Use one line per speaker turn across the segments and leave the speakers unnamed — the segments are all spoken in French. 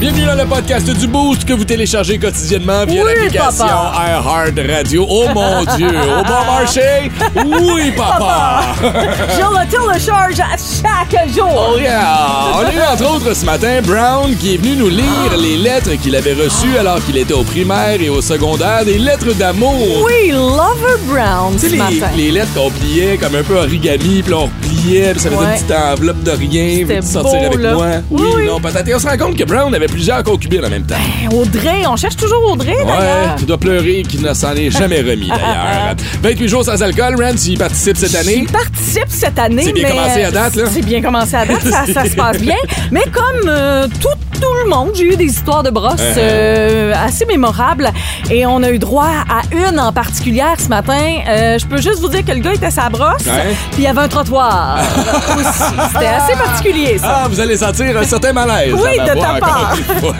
Bienvenue dans le podcast du Boost que vous téléchargez quotidiennement via
Oui,
l'application
papa.
iHeart Radio. Oh mon Dieu, au bon marché. Oui, papa.
Je le télécharge à chaque
Oh
jour.
yeah. On a eu entre autres ce matin Brown qui est venu nous lire les lettres qu'il avait reçues alors qu'il était au primaire et au secondaire, des lettres d'amour.
Oui, Lover Brown
Tu
ce
sais, les,
matin.
les lettres qu'on pliait comme un peu origami, puis on repliait, puis ça faisait
Ouais.
une petite enveloppe de rien,
C'était
puis sortir
beau,
avec
là.
moi.
Oui, oui.
non, peut-être. Et on se rend compte que Brown avait plusieurs concubines en même temps.
Eh, Audrey, on cherche toujours Audrey
Ouais,
d'ailleurs.
qui doit pleurer, qui ne s'en est jamais remis d'ailleurs. 28 jours sans alcool, Rand, tu y participes cette année.
J'y participe cette année.
C'est bien
mais,
commencé à
euh,
date, là.
C'est bien commencé à date, ça, ça se passe bien. Mais comme euh, tout, tout le monde, j'ai eu des histoires de brosses
Uh-huh.
euh, assez mémorables et on a eu droit à une en particulière ce matin. Euh, Je peux juste vous dire que le gars était sa brosse,
Ouais.
puis il y avait un trottoir aussi. C'était assez particulier, ça.
Ah, vous allez sentir un certain malaise.
Oui,
à ma
de
voix,
ta
encore
part.
une fois.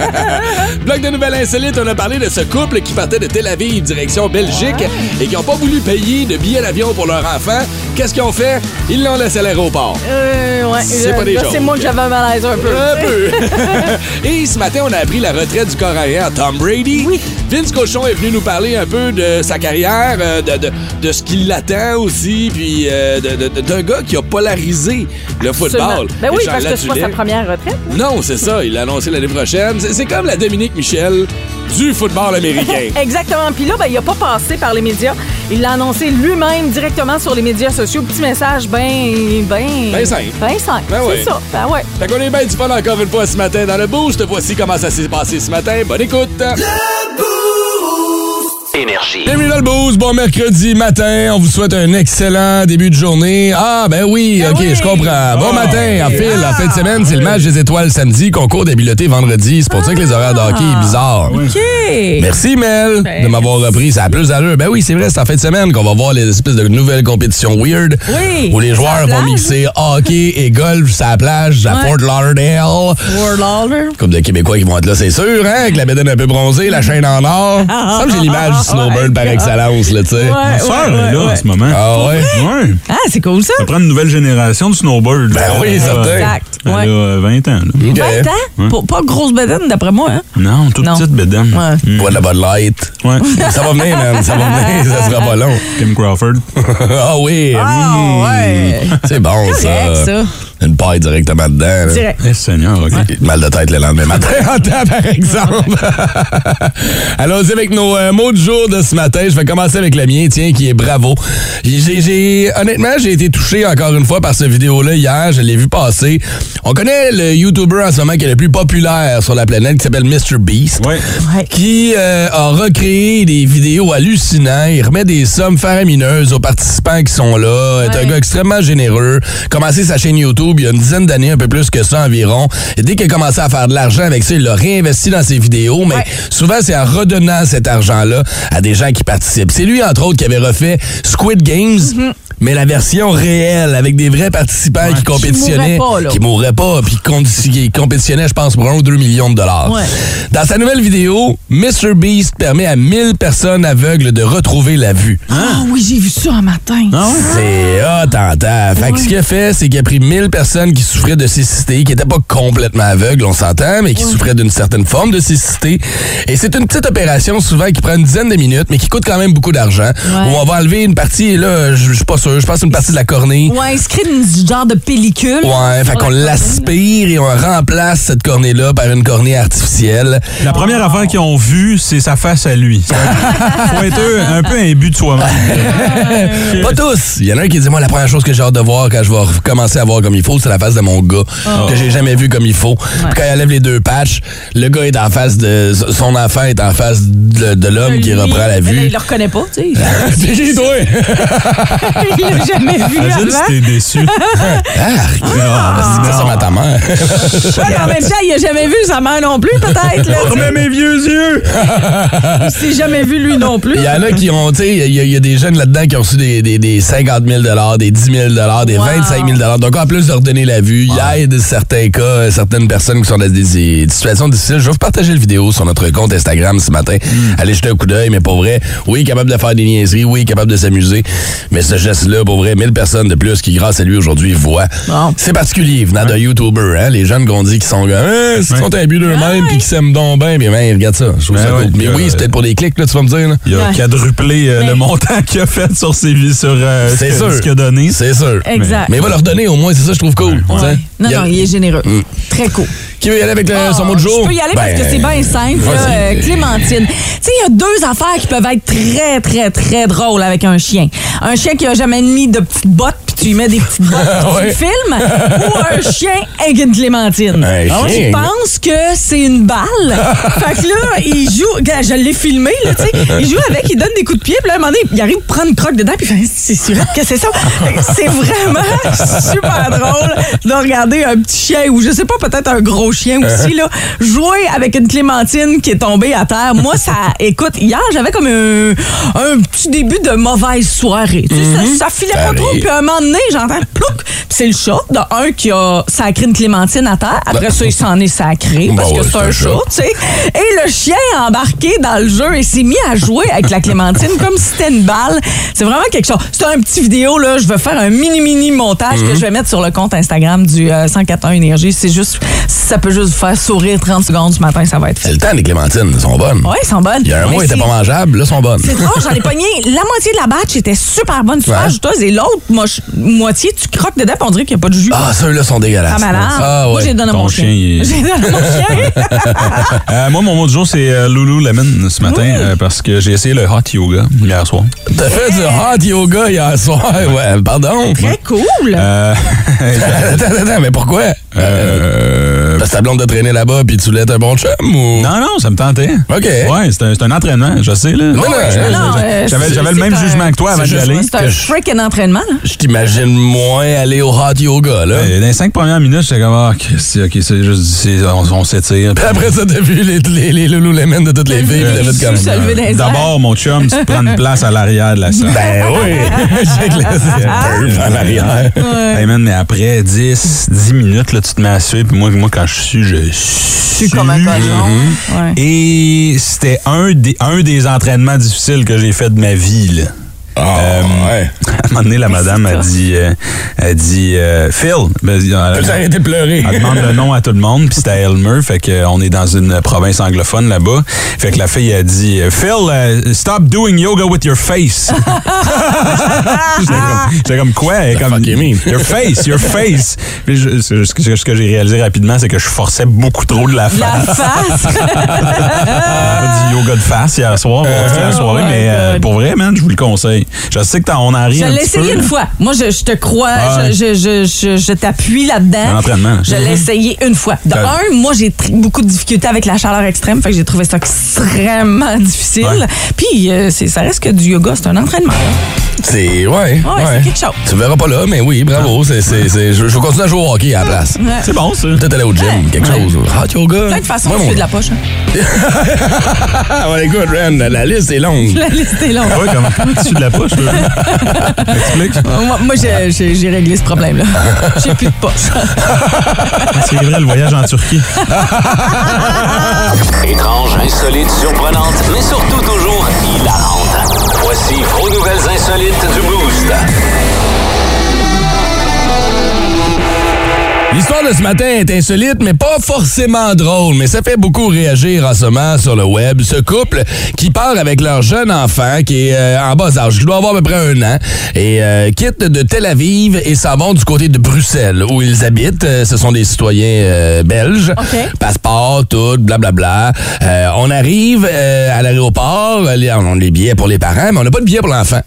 Bloc de nouvelles insolites, on a parlé de ce couple qui partait de Tel Aviv direction Belgique et qui n'ont pas voulu payer de billets d'avion pour leur enfant. Qu'est-ce qu'ils ont fait? Ils l'ont laissé à l'aéroport.
Euh, ouais,
C'est
là,
pas des
là, C'est
jokes.
moi que j'avais un malaise un peu.
Un peu. Et ce matin, on a appris la retraite du coréen Tom Brady.
Oui.
Vince Cochon est venu nous parler un peu de sa carrière, euh, de, de- de ce qui l'attend aussi, puis euh, de- de- de- d'un gars qui a polarisé le football.
Absolument. Ben
Et
oui,
Charles
parce que c'est pas sa
Latulette.
première retraite.
Non, c'est ça, il l'a annoncé l'année prochaine. C'est c'est comme la Dominique Michel du football américain.
Exactement. Puis là, ben, il n'a pas passé par les médias. Il l'a annoncé lui-même directement sur les médias sociaux. Petit message, ben, ben.
Ben simple.
Ben simple.
Ben
c'est
ouais.
ça. Ben ouais.
Fait qu'on est bien du fun encore une fois ce matin dans le boost. Voici comment ça s'est passé ce matin. Bonne écoute.
Énergie.
Bienvenue dans le boost. Bon mercredi matin. On vous souhaite un excellent début de journée. Ah, ben oui,
Ben
OK,
oui. Ah,
je comprends. Bon matin, en file. En fin de semaine, c'est le match des étoiles samedi, concours d'habileté vendredi. C'est pour ça que
Ah.
les horaires de hockey est bizarre.
OK.
Merci, Mel,
Ben,
de m'avoir repris. Ça a plus d'allure. Ben oui, c'est vrai, c'est en fin de semaine qu'on va voir les espèces de nouvelles compétitions weird.
Oui.
Où les
Sur la
joueurs vont
plage.
mixer hockey et golf sur la plage à
Ouais.
Fort Lauderdale.
World Order.
Comme des Québécois qui vont être là, c'est sûr, hein? Avec la bédaine un peu bronzée, la chaîne en or.
Ah,
Ça me j'ai l'image du snowbird par excellence, là, tu sais.
Ouais,
Ma sœur
ouais,
est là
ouais,
en ce moment.
Ah ouais?
Ouais.
Ah, c'est cool ça.
Ça prend une nouvelle génération de snowbird.
Ben oui, certain.
Exact,
Elle
ouais.
a euh, 20 ans. là.
OK.
Vingt ans? hein?
hein?
Pas- Pas grosse bedaine, d'après moi. Hein?
Non, toute
Non.
petite bédame.
Ouais.
Bois de la Bud Light.
Ouais.
Ça va venir, man. Ça va venir. Ça sera pas long.
Kim Crawford.
Ah oui. hmm.
Ah, ouais.
C'est bon, ça.
Correct, ça.
Une paille directement dedans. là.
Direct.
Eh, Seigneur, OK.
Mal de tête le lendemain matin. En temps, par exemple. Allons-y avec nos euh, mots du jour de ce matin. Je vais commencer avec le mien, tiens, qui est bravo. J'ai, j'ai- honnêtement, j'ai été touché encore une fois par cette vidéo-là hier. Je l'ai vu passer. On connaît le YouTuber en ce moment qui est le plus populaire sur la planète, qui s'appelle Mr. Beast.
Ouais.
Qui euh, a recréé des vidéos hallucinantes. Il remet des sommes faramineuses aux participants qui sont là. C'est
Ouais.
un gars extrêmement généreux. Commencé sa chaîne YouTube il y a une dizaine d'années, un peu plus que ça environ. Et dès qu'il a commencé à faire de l'argent avec ça, il l'a réinvesti dans ses vidéos. Mais
Ouais.
souvent, c'est en redonnant cet argent-là à des gens qui participent. C'est lui, entre autres, qui avait refait Squid Games.
Mm-hmm.
Mais la version réelle, avec des vrais participants qui compétitionnaient,
mourraient pas, là.
qui mourraient pas, puis qui condi- qui compétitionnaient, je pense, pour un ou deux millions de dollars.
Ouais.
Dans sa nouvelle vidéo, Mr. Beast permet à 1000 personnes aveugles de retrouver la vue.
Ah oui, j'ai vu ça un matin.
Ah ouais?
C'est hot en temps. Fait que ce qu'il a fait, c'est qu'il a pris 1000 personnes qui souffraient de cécité, qui n'étaient pas complètement aveugles, on s'entend, mais qui souffraient d'une certaine forme de cécité. Et c'est une petite opération, souvent, qui prend une dizaine de minutes, mais qui coûte quand même beaucoup d'argent.
Ouais.
Où on va enlever une partie, là, je je suis pas sûr, je pense une partie de la cornée.
Ouais, il se crée une genre de pellicule.
Ouais, fait qu'on l'aspire et on remplace cette cornée-là par une cornée artificielle.
La première affaire qu'ils ont vue, c'est sa face à lui. C'est un- Faut être un peu un but de soi-même.
Pas tous. Il y en a un qui dit Moi, la première chose que j'ai hâte de voir quand je vais commencer à voir comme il faut, c'est la face de mon gars, que j'ai jamais vu comme il faut. Puis quand il enlève les deux patchs, le gars est en face de. Son enfant est en face de, de l'homme qui
Lui,
reprend la
mais là,
vue.
Il le reconnaît pas, tu sais.
C'est qui, toi?
qu'il l'a jamais
Ah,
vu
Imagine si
avant.
t'es déçu.
Arc! Ah, c'est ça, ma ta mère.
Ouais, mais en même temps, il a jamais vu sa mère non plus, peut-être. là.
Remets mes vieux yeux!
Il s'est jamais vu lui non plus.
Il y en a qui ont, tu sais, il y, a- il y a des jeunes là-dedans qui ont reçu des, des, des 50 000 des 10 000 des
Wow.
25 000 Donc, en plus de redonner la vue, il y a de certains cas, euh, certaines personnes qui sont dans des, des situations difficiles. Je vais vous partager le vidéo sur notre compte Instagram ce matin.
Hmm.
Allez jeter un coup d'œil, mais pour vrai, oui, capable de faire des niaiseries, oui, capable de s'amuser. Mais ce geste-là, pour vrai, 1000 personnes de plus qui, grâce à lui aujourd'hui, voient.
Bon.
C'est particulier, venant d'un YouTuber, hein, les jeunes qu'on dit qui sont, euh, qui sont imbus d'eux-mêmes puis qui s'aiment donc bien, mais ben, regarde ça. Je trouve
Ben
ça
oui,
cool. Mais
puis,
oui,
euh,
c'est peut-être pour des clics, là, tu vas me dire. là.
Il a
Ouais.
quadruplé euh,
Mais-
le montant qu'il a fait sur ses vies, sur euh, ce
C'est
que-
sûr.
ce qu'il a donné.
C'est sûr.
Exact.
Mais il va leur donner au moins, c'est ça que je trouve cool. tu sais.
Ouais. Non,
Il y a-
non, il est généreux.
Mm.
Très cool.
Qui veut y aller avec le- son mot de
Je
jour?
peux y aller parce
Ben,
que c'est bien simple. là,
vas-y.
euh, Clémentine. Tu sais, il y a deux affaires qui peuvent être très, très, très drôles avec un chien. Un chien qui a jamais mis de petites bottes, puis tu lui mets des petites bottes, puis tu
Ouais.
le filmes. ou un chien avec une Clémentine. Ah,
Un
Moi,
chien.
je pense que c'est une balle. fait que là, il joue. Regarde, Je l'ai filmé, là, tu sais. Il joue avec, il donne des coups de pied, puis là, à un moment donné, il arrive pour prendre une croque dedans, puis il fait C'est sûr que c'est ça. C'est vraiment super drôle de regarder un petit chien ou je sais pas, peut-être un gros chien aussi, là, jouer avec une clémentine qui est tombée à terre. Moi, ça. Écoute, hier, j'avais comme un, un petit début de mauvaise soirée. Tu sais, ça, ça filait pas
Ça
trop,
arrive.
puis à un moment donné, j'entends plouc, puis c'est le chat, de un qui a sacré une clémentine à terre. Après ça, il s'en est sacré parce
Ben. Bah
que
ouais,
c'est un chat, tu sais. Et le chien a embarqué dans le jeu et s'est mis à jouer avec la clémentine comme si c'était une balle. C'est vraiment quelque chose. C'est un petit vidéo, là. Je vais faire un mini-mini montage
Mhm.
que je vais mettre sur le compte Instagram du euh, 1041 Énergie. C'est juste, ça peut juste vous faire sourire 30 secondes ce matin, ça va être
C'est
fait.
le temps des clémentines, elles sont bonnes.
Ouais, ils sont bonnes.
Il y a un
Mais
mois, elles étaient
c'est-
pas mangeables, là, elles sont bonnes.
c'est drôle, j'en ai pogné. La moitié de la batch était super bonne, super
Ouais.
juteuse. Et l'autre moche- moitié, tu croques dedans, puis on dirait qu'il n'y a pas de jus.
Ah, ceux-là sont
Pas
dégueulasses.
malade.
Ah,
Moi, j'ai
ouais.
donné à
Ton
mon chien.
chien, il est-
J'ai donné à mon chien.
Euh, moi, mon mot du jour, c'est euh, Lululemon ce matin euh, parce que j'ai essayé le hot yoga hier soir.
T'as fait du hot yoga hier soir. Ouais, pardon.
Très cool.
Euh,
attends, attends, mais pourquoi?
euh,
Parce que ta blonde t'a traîné là-bas puis tu voulais être un bon chum ou.
non, non, ça me tentait.
OK.
Ouais, c'est un, c'est un entraînement, je sais. là.
non,
Ouais,
non,
je-
non,
je-
euh,
J'avais
c'est-
j'avais le
c'est
même
un-
jugement que toi avant
c'est
d'y
juste-
aller.
C'est un
que je-
freaking entraînement. là.
Je t'imagine moins aller au hot yoga, là.
Euh, Dans les cinq premières minutes, j'étais comme, ah, Christy, ok, c'est juste, c'est- on, on s'étire. Euh,
Puis après ça, t'as vu les, les, les Lululemon de toutes les filles. puis t'as fait comme- euh,
Sous- se lever dans les airs.
D'abord, mon chum, tu te prends une place à l'arrière de la salle.
Ben oui! J'ai que le en arrière.
Hey man, mais après 10, 10 minutes, là, tu te mets à suer. Puis moi, moi, quand je suis, je suis.
comme un cochon. Ouais.
Et c'était un des, un des entraînements difficiles que j'ai fait de ma vie. là.
Ah, ouais.
À un moment donné, la madame a
tough.
dit, euh, a dit euh, Phil, ben, elle,
T'as
elle-
arrêté de pleurer.
elle demande le nom à tout le monde, puis c'était à Elmer, fait que, euh, on est dans une province anglophone là-bas. Fait que la fille a dit euh, Phil, euh, stop doing yoga with your face. J'étais comme, j'étais comme quoi? Elle est
The
comme,
fuck you mean?
Your face, your face. Puis je- ce ce que, ce que j'ai réalisé rapidement, c'est que je forçais beaucoup trop de la face.
La face.
On a fait du yoga de face hier soir,
Uh-huh.
pour rester la soirée,
Oh my
mais euh,
God.
pour vrai, man, je vous le conseille. Je sais que t'en- on en rit
Je
un
l'ai
petit peu.
essayé une fois. Moi, je, je te crois,
Ouais.
je, je, je, je, je t'appuie
Un
là-dedans.
entraînement. Mm-hmm.
Je l'ai essayé une fois. De
T'as-
un, moi, j'ai tr- beaucoup de difficultés avec la chaleur extrême, fait que j'ai trouvé ça extrêmement difficile.
Ouais.
Puis, euh, c'est- ça reste que du yoga, c'est un entraînement.
C'est. Ouais. Ah.
Ouais, c'est quelque chose.
Tu me verras pas là, mais oui, bravo. C'est, c'est, c'est- je, je vais continuer à jouer au hockey à la place.
Ouais.
C'est bon, ça.
Peut-être aller au gym, quelque chose. Hot yoga.
Plein de façons
Moi,
de
mon-
suivre de la poche. hein.
Ah, ouais, écoute, Ren, la liste est longue.
La liste est longue.
Ah ouais, comment comment tu de la poche, là? Explique.
Moi, moi, j'ai- j'ai j'ai réglé ce problème-là. J'ai plus de poche.
C'est vrai, le voyage en Turquie.
Étrange, insolite, surprenante, mais surtout toujours hilarante. Voici vos nouvelles insolites du Boost.
L'histoire de ce matin est insolite, mais pas forcément drôle. Mais ça fait beaucoup réagir en ce moment sur le web. Ce couple qui part avec leur jeune enfant, qui est euh, en bas âge, qui doit avoir à peu près un an, et euh, quitte de Tel Aviv et s'en vont du côté de Bruxelles, où ils habitent. Euh, ce sont des citoyens euh, belges.
OK.
Passeport, tout, blablabla. Euh, on arrive euh, à l'aéroport, euh, les- on a les billets pour les parents, mais on n'a pas de billets pour l'enfant.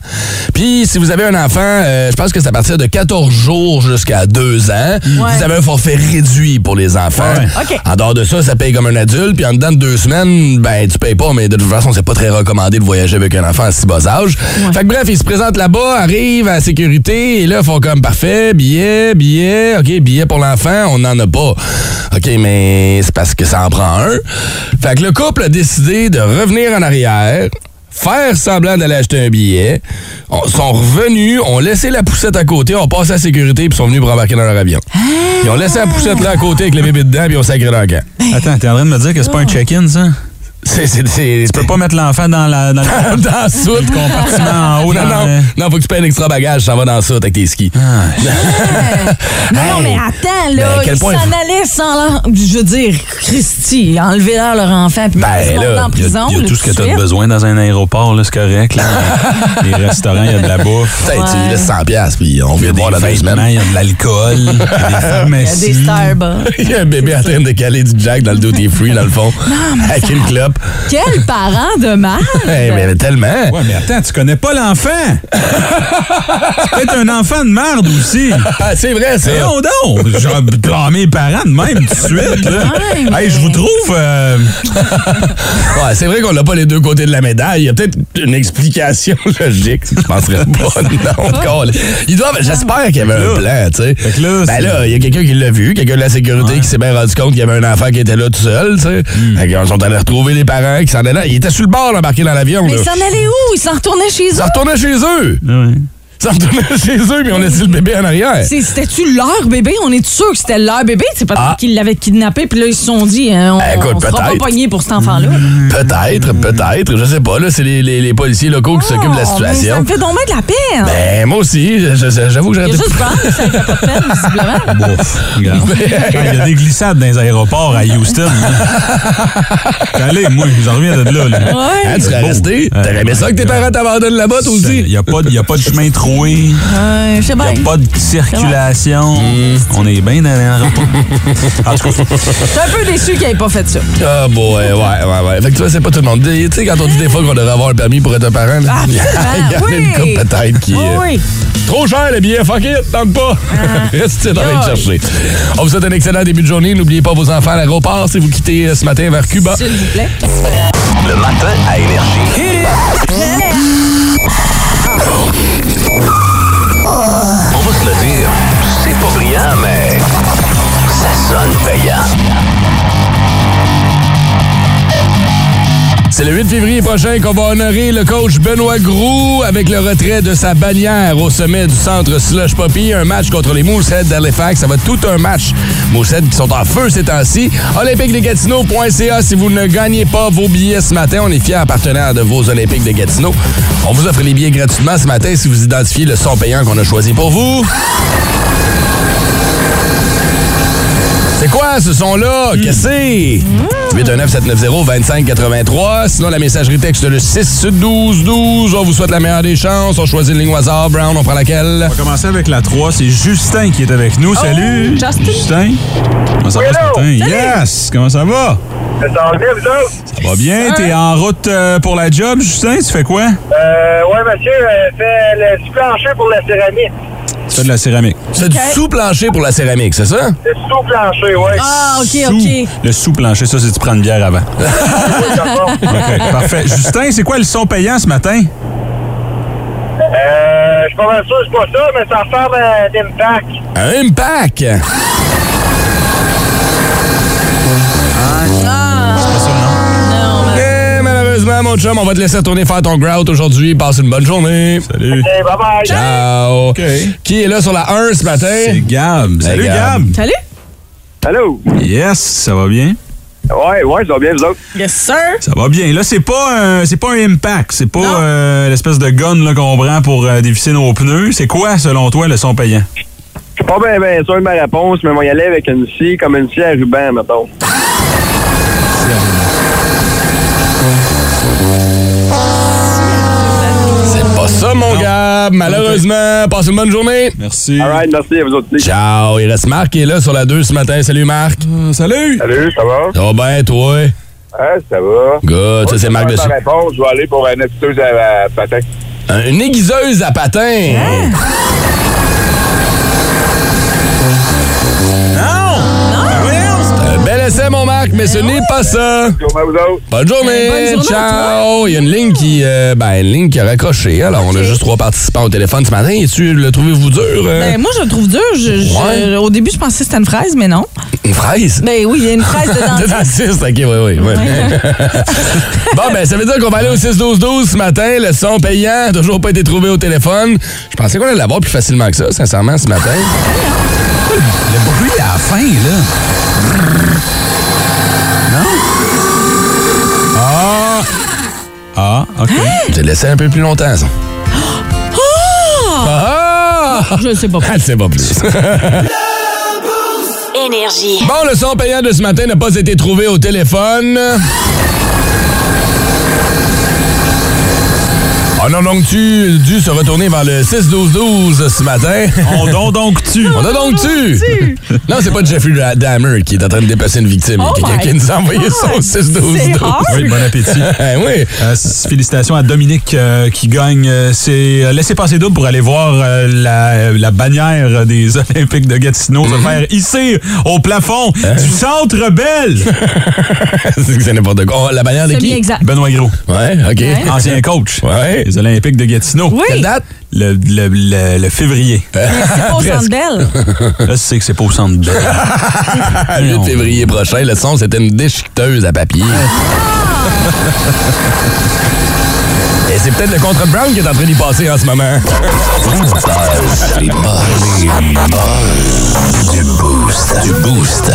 Puis, si vous avez un enfant, euh, je pense que c'est à partir de 14 jours jusqu'à 2 ans.
Ouais.
Vous avez un un forfait réduit pour les enfants.
OK.
En dehors de ça, ça paye comme un adulte, puis en dedans de deux semaines, ben, tu payes pas, mais de toute façon, c'est pas très recommandé de voyager avec un enfant à si bas âge. Fait que bref, ils se présentent là-bas, arrivent à la sécurité, et là, ils font comme parfait, billet, billet, OK, billet pour l'enfant, on n'en a pas. OK, mais c'est parce que ça en prend un. Fait que le couple a décidé de revenir en arrière, faire semblant d'aller acheter un billet. On, sont revenus, ont laissé la poussette à côté, ont passé la sécurité, puis sont venus pour embarquer dans leur avion. Ils ont laissé la poussette là à côté avec le bébé dedans, puis ils ont sacré leur camp.
Attends, t'es en train de me dire que c'est pas un check-in, ça?
C'est, c'est, c'est,
Tu peux pas mettre l'enfant dans, la, dans le
dans la soute. Oh,
compartiment en haut.
Non,
dans
non,
le-
non, faut que tu payes un extra bagage, ça va dans la soute avec tes skis.
Ah.
Non, non,
Hey.
mais attends, là,
Ben, à quel
ils
point-
s'en allaient sans leur... Je veux dire, Christy, enlever leur, leur enfant, puis
Ben,
ils
là,
en
Il y a-
prison.
il y a
là,
tout ce que
de
t'as
suite.
de besoin dans un aéroport, là, c'est correct. là. Les restaurants, il y a de la bouffe.
Putain, tu
Ouais.
laisses 100 piastres, puis on
Il y a
vient
des
boire dans deux
vêtements, il
semaines.
y a de l'alcool, il y a
Il
des
y a des
pharmacies.
Starbucks.
Il y a un bébé en train de caler du jack dans le duty free, dans le fond, avec une clope.
Quel parent de mal!
Hey, mais tellement.
Ouais, mais attends, tu connais pas l'enfant! c'est peut-être un enfant de merde aussi!
Ah, c'est vrai, ça.
Non, non! J'ai blâmé mes parents de même tout de suite, là!
Ouais, mais-
Hey, je vous trouve. euh,
Ouais, c'est vrai qu'on n'a pas les deux côtés de la médaille. Il y a peut-être une explication logique. Je penserais pas. Non, Colin. Ils doivent. J'espère qu'il y avait un plan, tu sais.
Fait que
ben
là, c'est-
là, il y a quelqu'un qui l'a vu, quelqu'un de la sécurité qui s'est bien rendu compte qu'il y avait un enfant qui était là tout seul, tu sais.
Hmm.
Fait qu'ils sont allés retrouver les parents qui s'en allaient. Ils étaient sur le bord, embarqués dans l'avion.
Mais
là.
ils s'en allaient où? Ils s'en retournaient chez
Ils
eux?
s'en retournaient chez eux.
Ah
Ils s'en retournaient chez eux, puis on a laissé le bébé en arrière.
C'est- C'était-tu leur bébé? On est sûr que c'était leur bébé? C'est pas
Ah.
qu'ils l'avaient kidnappé, puis là, ils se sont dit, hein, on,
Ben, écoute,
on sera pas
peut-être. Mm,
pogné pour cet enfant-là.
Peut-être, peut-être. Je sais pas, là, c'est les, les- les policiers locaux qui s'occupent de la
Oh, mais
situation.
Ça me fait donc bien de la peine!
Ben, moi aussi, je- je- j'avoue que j'aurais
il y a
été
juste Brown qui s'en fait pas de peine, visiblement.
Bof, regarde. Ah, Il y a des glissades dans les aéroports à Houston. là. Allez, moi, j'en reviens de là. là.
Ouais.
Hein, tu serais
Beau.
resté. T'aurais aimé ça que tes parents t'abandonnent la botte
Il
aussi.
n'y a, pas de- il y a pas de chemin troué,
Ouais, je sais
il
bien.
n'y a pas de circulation. Mm. On est bien dans l'aéroport. En tout cas,
Je suis un peu déçu qu'il n'ait pas fait ça.
Ah, boy, ouais, ouais, ouais. Fait que tu vois, c'est pas tout le monde. Tu sais, quand on dit des fois qu'on devrait avoir un permis pour être un parent, là, il y en a une
oui.
couple peut-être qui.
Oui,
euh,
oui. Ah.
Trop cher, les billets, fuck it, tente pas. Restez dans le chercher. On vous souhaite un excellent début de journée. N'oubliez pas vos enfants à l'aéroport si vous quittez euh, ce matin vers Cuba.
S'il vous plaît.
Le matin à Énergie. On va se le dire, c'est pas brillant, mais ça sonne payant.
C'est le 8 février prochain qu'on va honorer le coach Benoît Groux avec le retrait de sa bannière au sommet du centre Slush Poppy. Un match contre les Mooseheads d'Halifax. Ça va être tout un match. Mooseheads qui sont en feu ces temps-ci. Olympiquedesgatineaux.ca si vous ne gagnez pas vos billets ce matin. On est fiers partenaires de vos Olympiques de Gatineau. On vous offre les billets gratuitement ce matin si vous identifiez le son payant qu'on a choisi pour vous. C'est quoi ce son-là? Qu'est-ce que c'est? 819-790-2583. Sinon, la messagerie texte le 612-12. On vous souhaite la meilleure des chances. On choisit une ligne au hasard. Brown, on prend laquelle?
on va commencer avec la 3. C'est Justin qui est avec nous. Salut!
Oh, Justin.
Justin! Comment ça va ce matin? Yes! Comment ça va?
Vous êtes en ville, vous autres?
Ça va bien? T'es en route euh, pour la job, Justin? Tu fais quoi?
Euh, ouais, monsieur, euh, fait le sous-plancher pour la céramique.
Tu fais de la céramique.
C'est du sous-plancher pour la céramique, c'est ça?
Le sous-plancher, ouais.
Ah, OK,
Sous-
OK.
Le sous-plancher, ça, c'est tu prends une bière avant.
D'accord.
OK, parfait. Justin, c'est quoi le son payant ce matin?
Euh, je suis pas mal sûr, que c'est pas ça, mais ça ressemble à l'impact.
Un impact!
C'est pas ça, non?
Non, mais-
Eh, malheureusement, mon chum, on va te laisser retourner faire ton grout aujourd'hui. Passe une bonne journée.
Salut.
Eh, bye-bye.
Ciao! Qui est là sur la 1 ce
C'est
matin?
Gab. Salut, Gab.
Gab.
Salut?
Allô?
Yes, ça va bien?
Ouais, ouais, ça va bien, vous autres?
Yes, sir.
Ça va bien. Là, c'est pas un, c'est pas un impact. C'est pas euh, l'espèce de gun là, qu'on prend pour euh, dévisser nos pneus. C'est quoi, selon toi, le son payant?
Je suis pas bien ben sûr de ma réponse, mais on va y aller avec une scie, comme une scie à ruban, mettons.
C'est pas ça, mon Gab! Malheureusement, passe une bonne journée!
Merci.
All right, merci à vous autres. aussi.
Ciao! Il reste Marc qui est là sur la 2 ce matin. Salut, Marc!
Euh, salut.
Salut, ça va?
Ça va bien, toi?
Ah, ça va.
Good, ça c'est Marc de
Ma réponse, je vais aller pour une astuce à, patin.
Un- Une aiguiseuse à patin. connaissais, mon Marc, mais ce n'est pas ça.
Comment vous autres?
Bonne journée.
Ben Bonne journée à
Ciao. Il y a une ligne qui, euh, ben, une ligne qui a raccroché. Alors, on a juste trois participants au téléphone ce matin. Et tu le trouvez-vous dur? euh?
Ben, moi, je le trouve dur. Je- je-
Ouais.
Au début, je pensais que c'était une fraise, mais non.
Une fraise?
Ben oui, il y a une fraise de
De
dentiste.
dentiste, ok, oui, oui. oui. bon, ben, ça veut dire qu'on va aller au 6-12-12 ce matin. Le son payant, toujours pas été trouvé au téléphone. Je pensais qu'on allait l'avoir plus facilement que ça, sincèrement, ce matin.
Le bruit à la fin, là. Non? Ah! Ah, OK.
Hein?
J'ai laissé un peu plus longtemps, ça. Ah!
Je ne sais pas.
Elle sait pas plus.
Énergie.
Bon, le son payant de ce matin n'a pas été trouvé au téléphone. On a Ah, donc tu- dû se retourner vers le 6-12-12 ce matin.
On don donc tu.
On
Ah.
a donc tu. Non, c'est pas Jeffrey Ra- Dahmer qui est en train de dépasser une victime.
Oh
Il y a quelqu'un
my
qui nous a envoyé ça au
God, c'est
6-12-12.
rare.
Oui, bon appétit.
Eh oui.
Euh, c- félicitations à Dominique euh, qui gagne euh, ses euh, laissez-passer double pour aller voir euh, la, la bannière des Olympiques de Gatineau
Mhm.
se faire ici au plafond
Hein?
du Centre Belle.
C'est que c'est n'importe quoi. Oh, la bannière de
C'est
qui?
bien exact.
Benoît Gros,
Ouais, OK.
Ouais.
ancien coach
Ouais.
des Olympiques de Gatineau.
Oui.
Quelle date? Hein?
Le, le- le- le février.
Mais c'est pas au centre belle.
Là, c'est que c'est pas au Centre Belle.
Ah, le 8
Non.
février prochain, le son, c'était une déchiqueteuse à papier. Et c'est peut-être le contrat de Brown qui est en train d'y passer en ce moment. Du boost. Du boost.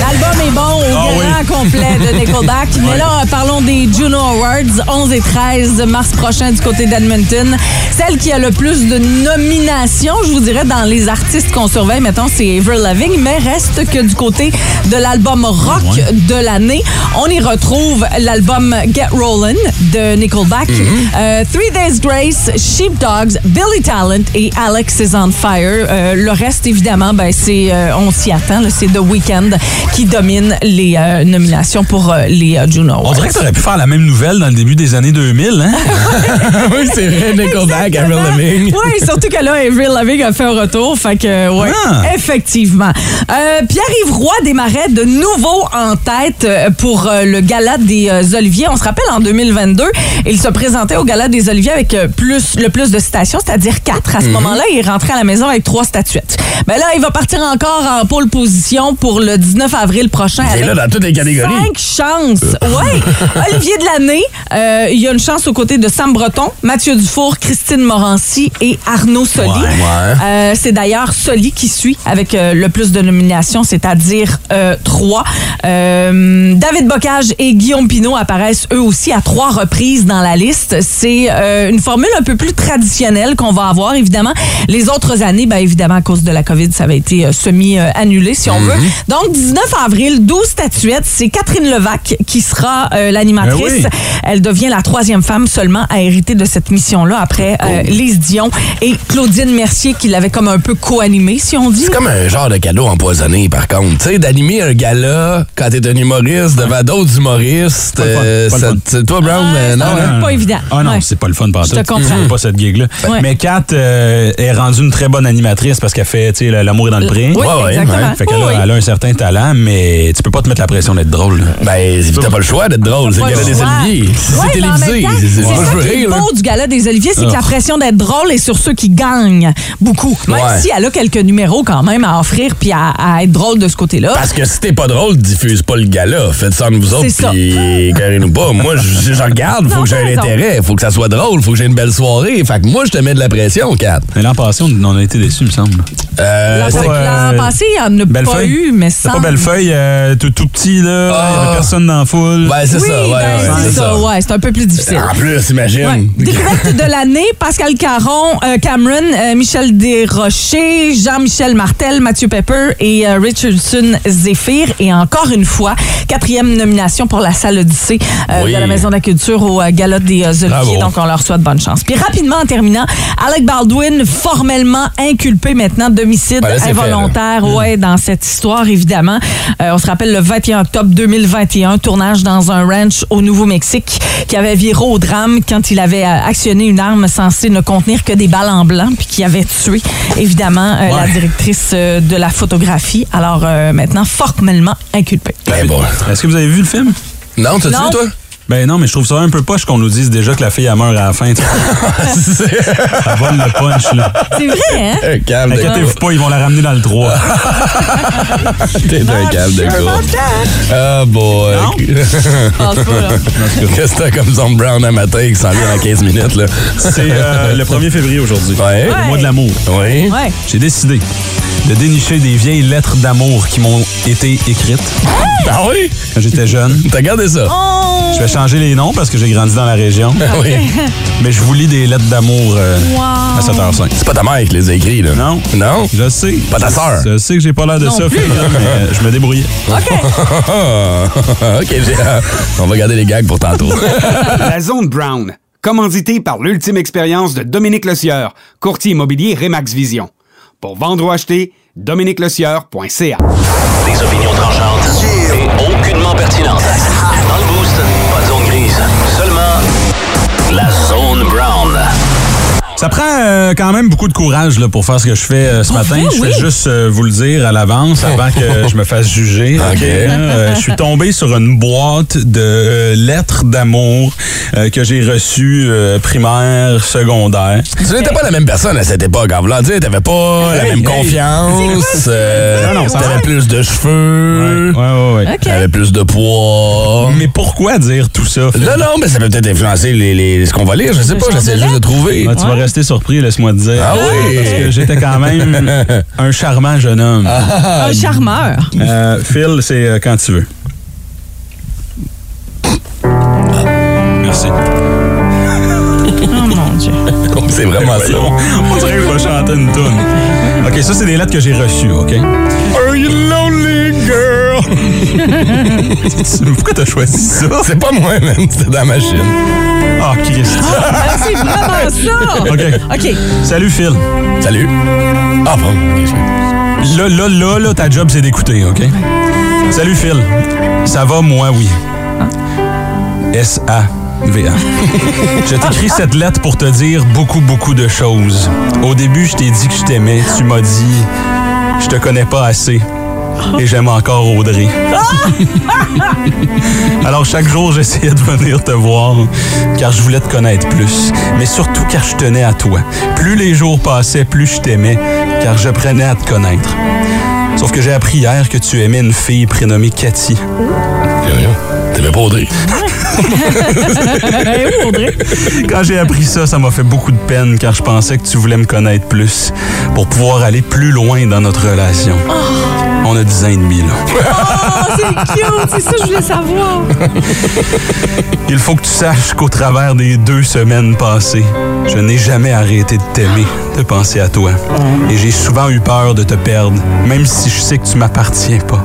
L'album est bon au grand complet de Nickelback. Mais là, euh, parlons des Juno Awards 11 et 13 mars prochain du côté d'Edmonton. Celle qui a le plus de nominations, je vous dirais, dans les artistes qu'on surveille, mettons, c'est Avril Lavigne, mais reste que du côté de l'album rock de l'année, on y retrouve l'album Get Rollin' de Nickelback,
Mhm.
euh, Three Days Grace, Sheepdogs, Billy Talent et Alex is on Fire. Euh, le reste, évidemment, ben, c'est euh, on s'y attend. là, C'est The Weeknd qui domine les euh, nominations pour euh, les euh, Juno
On
Awards.
dirait que t'aurais pu faire la même nouvelle dans le début des années 2000, hein?
oui, c'est vrai, Nickelback, Avril Lavigne.
Oui, surtout que là, Avril Lavigne a fait un retour. Fait que, ouais,
Ah.
effectivement. Euh, Pierre-Yves Roy démarrait de nouveau en tête euh, pour euh, le Gala des euh, Oliviers. On se rappelle, en 2022, il se présentait au Gala des Oliviers avec euh, plus, le plus de citations, c'est-à-dire quatre. À
Mhm.
ce moment-là, il rentrait à la maison avec trois statuettes. Ben là, il va partir encore en pole position pour le 19 avril prochain.
Et
avec
là, dans toutes les catégories.
Cinq chances.
Euh.
Ouais. Olivier de l'année, euh, il y a une chance aux côtés de Sam Breton, Mathieu Dufour, Christine Morancy et Arnaud Soli.
Ouais, ouais.
Euh, c'est d'ailleurs Soli qui suit avec euh, le plus de nominations, c'est-à-dire euh, trois. Euh, David Bocage et Guillaume Pinault apparaissent eux aussi à trois reprises dans la liste. C'est euh, une formule un peu plus traditionnelle qu'on va avoir, évidemment. Les autres années, ben, évidemment, à cause de la COVID, ça avait été euh, semi-annulé, si on veut. Donc, 19 avril, 12 statuettes. C'est Catherine Levac qui sera euh, l'animatrice.
Ben
Elle devient la troisième femme seulement à hériter de cette mission-là après euh,
Oh.
Lise Dion et Claudine Mercier qui l'avait comme un peu co-animée, si on dit.
C'est comme un genre de cadeau empoisonné, par contre. Tu sais, d'animer un gala quand t'es un humoriste devant d'autres humoristes.
Pas le fun,
euh,
pas le
ça-
fun.
c'est- toi, Brown,
Ouais,
euh, non,
c'est
hein?
pas évident.
Ah non,
Ouais.
c'est pas le fun pendant
Je te comprends.
pas cette gig-là.
Ouais.
Mais Kat euh, est rendue une très bonne animatrice parce qu'elle fait, tu sais, l'amour est dans le prix.
Oui,
Ouais, ouais,
exactement.
Fait qu'elle a-
Oui, oui.
elle a un certain talent, mais tu peux pas te mettre la pression d'être drôle. là.
Ben, t'as pas le choix d'être drôle, c'est
Pas
le
le
gala des
choix.
Oliviers. C'est
Ouais, mais en même
télévisé.
temps,
c'est- c'est-
C'est
Moi, je
ça
veux
qui est
rire, là. Ah.
beau du gala des Oliviers, c'est que la pression d'être drôle est sur ceux qui gagnent beaucoup. Même
Ouais.
si elle a quelques numéros quand même à offrir puis à, à être drôle de ce côté-là.
Parce que si t'es pas drôle, diffuse pas le gala. Faites ça entre vous
C'est
autres,
ça.
puis écœurez-nous pas. Moi, je je regarde, faut
Non,
que j'ai un
t'as raison.
intérêt, faut que ça soit drôle, faut que j'ai une belle soirée. Fait que moi, je te mets de la pression, Kat.
Mais l'an passé, on, on a été déçus, il me semble.
Euh,
L'an
c'est-
euh,
passé, il n'y en a pas
Bellefeuille.
eu, mais
C'est
sans.
pas Bellefeuille, euh, tout, tout petit, là. Il y
Ah.
avait personne dans la foule.
ben, c'est
Oui,
ça, ouais,
ben,
ouais,
c'est ça, ouais, c'est un peu plus difficile.
En plus, imagine.
Ouais. Découverte de l'année, Pascal Caron, euh, Cameron, euh, Michel Desrochers, Jean-Michel Martel, Mathieu Pepper et euh, Richardson Zephyr. Et encore une fois, quatrième nomination pour la salle Odyssée euh,
Oui.
de la Maison de la Culture au euh, Gala des euh, Oliviers.
Bravo.
Donc, on leur souhaite bonne chance. Puis rapidement, en terminant, Alec Baldwin, formellement inculpé maintenant d'homicide
Ben là, c'est fait, là. Mm.
involontaire ouais, dans cette histoire, évidemment. Euh, on se rappelle le 21 octobre 2021, tournage dans un ranch au Nouveau-Mexique qui avait viré au drame quand il avait euh, actionné une arme sans censé ne contenir que des balles en blanc, puis qui avait tué, évidemment, euh, la
Ouais.
directrice euh, de la photographie. Alors euh, maintenant, formellement inculpée.
Ben bon.
Est-ce que vous avez vu le film?
Non, t'as-tu
Non.
vu, toi?
Ben non, mais je trouve ça un peu poche qu'on nous dise déjà que la fille, elle meurt à la fin. tu sais. Elle vole le punch, là.
C'est vrai, hein?
Un calme de
Inquiétez-vous pas, ils vont la ramener dans le 3.
T'es un calme de gros. Ah, boy.
Non?
Je pense pas, là.
Qu'est-ce que t'as comme Zone Brown un matin qui s'en vient dans 15 minutes, là?
C'est euh, le 1er février aujourd'hui.
Ouais.
Le mois de l'amour.
Oui.
Ouais.
J'ai décidé de dénicher des vieilles lettres d'amour qui m'ont été écrites
Ah oui?
quand j'étais jeune.
T'as gardé ça?
Oh!
Je vais changer les noms parce que j'ai grandi dans la région.
Ah Oui.
Mais je vous lis des lettres d'amour euh,
Wow.
à 7h05.
C'est pas ta mère qui les a écrits, là.
Non.
Non?
Je sais.
Pas ta sœur.
Je sais que j'ai pas l'air de
Non
ça,
plus.
Phil, mais euh, je me débrouillais.
ok, j'ai- euh, on va garder les gags pour tantôt.
La Zone Brown, commandité par l'ultime expérience de Dominique Lecieur, courtier immobilier Remax Vision. Pour vendre ou acheter, dominiquelecieur.ca.
Des opinions tranchantes et aucunement pertinentes. Dans le boost, pas de zone grise, seulement la zone brown.
Ça prend euh, quand même beaucoup de courage là, pour faire ce que je fais euh, ce matin.
vrai,
je vais
oui.
juste euh, vous le dire à l'avance avant que je me fasse juger.
Ok.
Euh, je suis tombé sur une boîte de euh, lettres d'amour euh, que j'ai reçues euh, primaire, secondaire.
tu n'étais pas la même personne à cette époque. En voulant dire, t'avais pas la
Hey,
même
hey.
confiance. euh,
Non, non, ça
t'avais
va.
plus de cheveux.
ouais, ouais.
OK.
T'avais plus de poids.
Mais pourquoi dire tout ça? Phil?
Non, non, mais ça peut peut-être influencer les, les- ce qu'on va lire. Je sais pas, j'essaie juste de trouver.
Ah, tu vas rester surpris, laisse-moi te dire.
Ah oui?
Parce que j'étais quand même un charmant jeune homme.
Un charmeur.
Euh, Phil, c'est euh, quand tu veux. Merci.
Oh mon Dieu.
C'est vraiment ça.
Voyons, On dirait que je vais chanter une toune. OK, ça, c'est des lettres que j'ai reçues, OK?
Are you lonely, girl?
Pourquoi t'as choisi ça?
C'est pas moi, même. C'était dans la machine.
Ah, Christ.
Ah, C'est vraiment ça!
OK.
OK.
Salut, Phil.
Salut. Ah bon. ok, je-
Là, là, là, là, ta job, c'est d'écouter, OK? Salut, Phil. Ça va, moi, oui. S-A-V-A. Je t'écris cette lettre pour te dire beaucoup, beaucoup de choses. Au début, je t'ai dit que je t'aimais. Tu m'as dit, je te connais pas assez. Et j'aime encore Audrey. Alors chaque jour, j'essayais de venir te voir, car je voulais te connaître plus, mais surtout car je tenais à toi. Plus les jours passaient, plus je t'aimais, car je prenais à te connaître. Sauf que j'ai appris hier que tu aimais une fille prénommée Cathy.
Voyons. T'avais pas Audrey.
Quand j'ai appris ça, ça m'a fait beaucoup de peine, car je pensais que tu voulais me connaître plus, pour pouvoir aller plus loin dans notre relation. On a 10 ans et demi, là.
Oh, c'est cute! C'est ça que je voulais savoir.
Il faut que tu saches qu'au travers des deux semaines passées, je n'ai jamais arrêté de t'aimer, de penser à toi. Et j'ai souvent eu peur de te perdre, même si je sais que tu m'appartiens pas.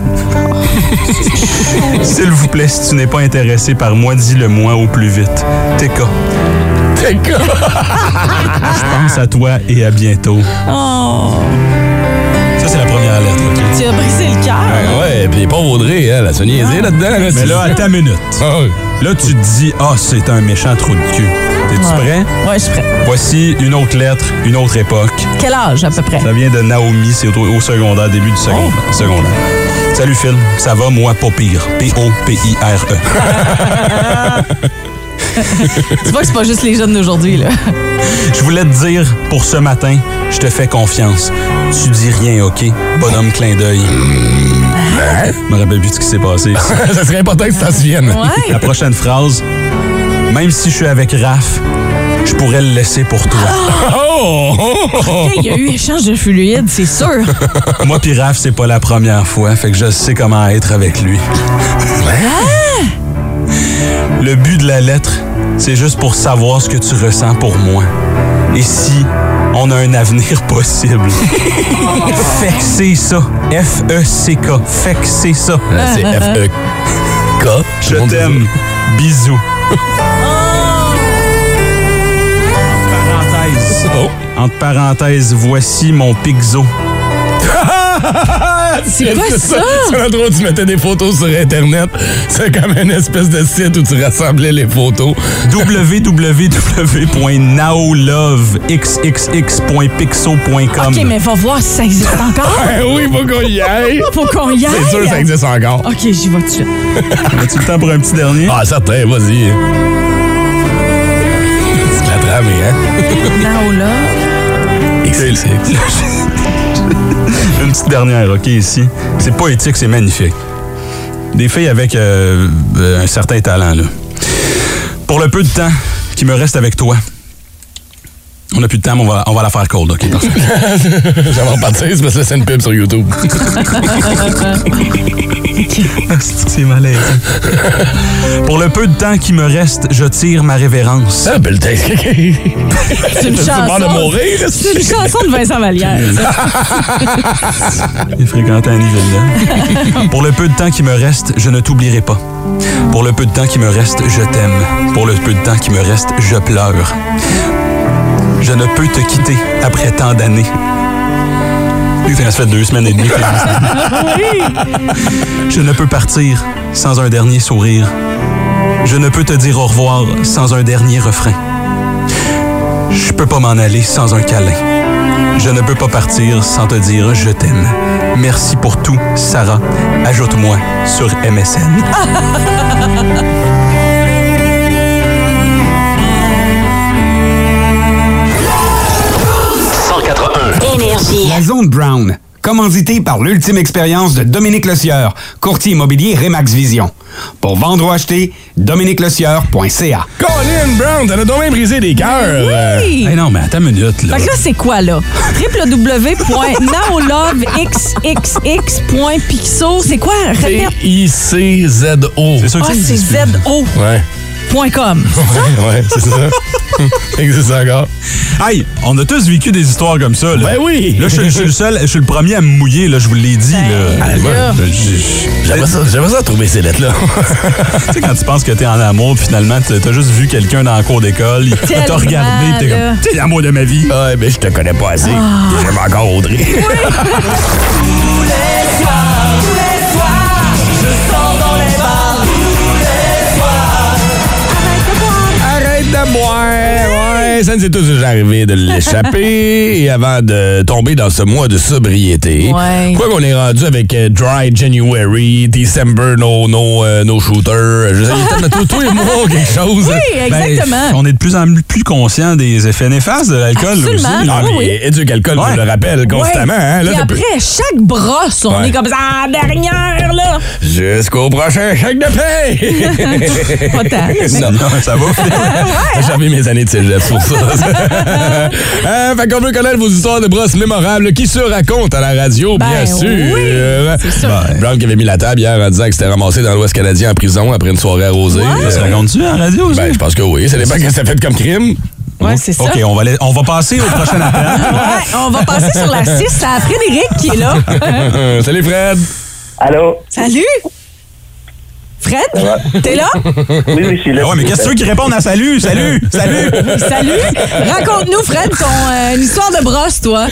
S'il vous plaît, si tu n'es pas intéressé par moi, dis-le-moi au plus vite. TK,
T'es con.
je pense à toi et à bientôt.
Oh,
Ça, c'est la première lettre, OK?
tu as brisé le cœur.
Ouais, Ah ouais, puis pas Audrey, elle, elle se niaisait là-dedans. Là,
Ah. Mais
c'est-
là, à ta minute.
Ah oui.
Là, tu te dis, ah, c'est un méchant trou de cul. T'es-tu prêt?
Ouais, je suis prête.
Voici une autre lettre, une autre époque.
Quel âge, à peu près?
Ça vient de Naomi, c'est au, au secondaire, début du secondaire. secondaire. Salut Phil, ça va, moi, pas pire. P-O-P-I-R-E.
Tu vois que c'est pas juste les jeunes d'aujourd'hui, là.
Je voulais te dire, pour ce matin, je te fais confiance. Tu dis rien, OK? Bonhomme clin d'œil. Je me rappelle plus de ce qui s'est passé.
ça serait important que ça se vienne.
Ouais.
La prochaine phrase, même si je suis avec Raph, je pourrais le laisser pour toi.
Oh!
Hey, Il y a eu échange de fluides, c'est sûr.
Moi pis Raph, c'est pas la première fois, fait que je sais comment être avec lui. Le but de la lettre, c'est juste pour savoir ce que tu ressens pour moi. Et si on a un avenir possible. fait que c'est ça. F-E-C-K. Fait que c'est ça.
Ah,
Là, C'est E F-E-K.
Je t'aime. Bisous. Parenthèse.
Oh.
Entre parenthèses, voici mon pixo.
C'est quoi ça?
C'est un endroit où tu mettais des photos sur Internet. C'est comme une espèce de site où tu rassemblais les photos.
www.nowlovexxx.pixo.com.
OK, mais va voir si ça existe encore.
Ben oui, faut qu'on y aille.
Faut qu'on y aille.
C'est sûr que ça existe encore.
OK, j'y vais tout de suite.
As-tu le temps pour un petit dernier?
Ah, certain, vas-y. C'est de la tramée, hein?
Now Love.
XXX.
Une petite dernière, OK, ici. C'est poétique, c'est magnifique. Des filles avec euh, euh, un certain talent, là. Pour le peu de temps qui me reste avec toi, on n'a plus de temps, mais on va, on va la faire cold, OK, parfait.
J'aimerais repartir, c'est parce que c'est une pub sur YouTube.
c'est malaise. Pour le peu de temps qui me reste, je tire ma révérence.
Ça, belle tête.
C'est une
T'as-tu peur de
chanson.
mourir?
C'est une chanson de Vincent Vallière. ça.
Il fréquente Annie Villeneuve. Pour le peu de temps qui me reste, je ne t'oublierai pas. Pour le peu de temps qui me reste, je t'aime. Pour le peu de temps qui me reste, je pleure. Je ne peux te quitter après tant d'années. Lui, ça fait deux semaines et demie. que je suis- je ne peux partir sans un dernier sourire. Je ne peux te dire au revoir sans un dernier refrain. Je peux pas m'en aller sans un câlin. Je ne peux pas partir sans te dire je t'aime. Merci pour tout, Sarah. Ajoute-moi sur MSN.
La zone Brown, commanditée par l'ultime expérience de Dominique Lecieur, courtier immobilier Remax Vision. Pour vendre ou acheter, dominiquelecieur.ca.
Colin Brown, t'en as donc bien brisé des cœurs. euh.
Oui.
Hey non, mais attends une minute, là.
Fait que là, c'est quoi, là? www.nowlovexxx.pixo. C'est quoi? Répète.
T-I-C-Z-O.
C'est sûr
Ah,
que
c'est zo.com.
Ouais. Ouais, c'est ça. Existe encore.
Hey, on a tous vécu des histoires comme ça, là.
Ben oui.
Là, je, je suis le seul, je suis le premier à me mouiller, là, Ben, je vous l'ai dit, là.
Moi, je- Ben, J'aimerais ça, j'aimerais ça trouver ces lettres-là.
Tu sais, quand tu penses que t'es en amour, puis finalement, t'as t'as juste vu quelqu'un dans la cour d'école, il t'a
Tellement,
regardé, t'es
là.
comme, t'es l'amour de ma vie. Ah.
Ah, ben je te connais pas assez. J'aime encore Audrey. Arrête de boire! Ouais, ça nous est tous déjà arrivé de l'échapper et avant de tomber dans ce mois de sobriété.
Ouais.
Quoi qu'on est rendu avec euh, Dry January, December, no, no, euh, no shooter. Je sais, il y a tellement tout, tout et moi quelque chose.
Oui,
Ben,
exactement.
on est de plus en plus conscient des effets néfastes de l'alcool. là,
Absolument.
aussi, là.
Ah,
oui,
mais
oui.
éduque alcool,
Ouais.
je le rappelle constamment.
Ouais.
hein. Là,
Puis
t'as plus-
après, chaque brosse, on
Ouais.
est comme ça, ah, dernière, là.
Jusqu'au prochain chèque de paie!
Pas tant.
non, non, ça va. J'avais mes années de cégep pour ça. Euh, fait qu'on veut connaître vos histoires de brosses mémorables qui se racontent à la radio, bien
Ben
sûr.
oui, c'est sûr.
Ben, Brown qui avait mis la table hier en disant que c'était ramassé dans l'Ouest canadien en prison après une soirée arrosée.
Ça se
Euh,
raconte-tu en radio aussi?
ben, je pense que oui. C'est dépend que ça fait comme crime.
Ouais, c'est ça.
OK, on va, aller- on va passer au prochain appel.
Ouais, on va passer sur la 6 à Frédéric qui est là.
Euh, Salut Fred!
Allô?
Salut! Fred, t'es là?
Oui, oui, je suis là.
Ah ouais, mais qu'est-ce que tu veux qu'ils répondent à salut, salut, salut?
Salut! Raconte-nous, Fred, ton euh, une histoire de brosse, toi.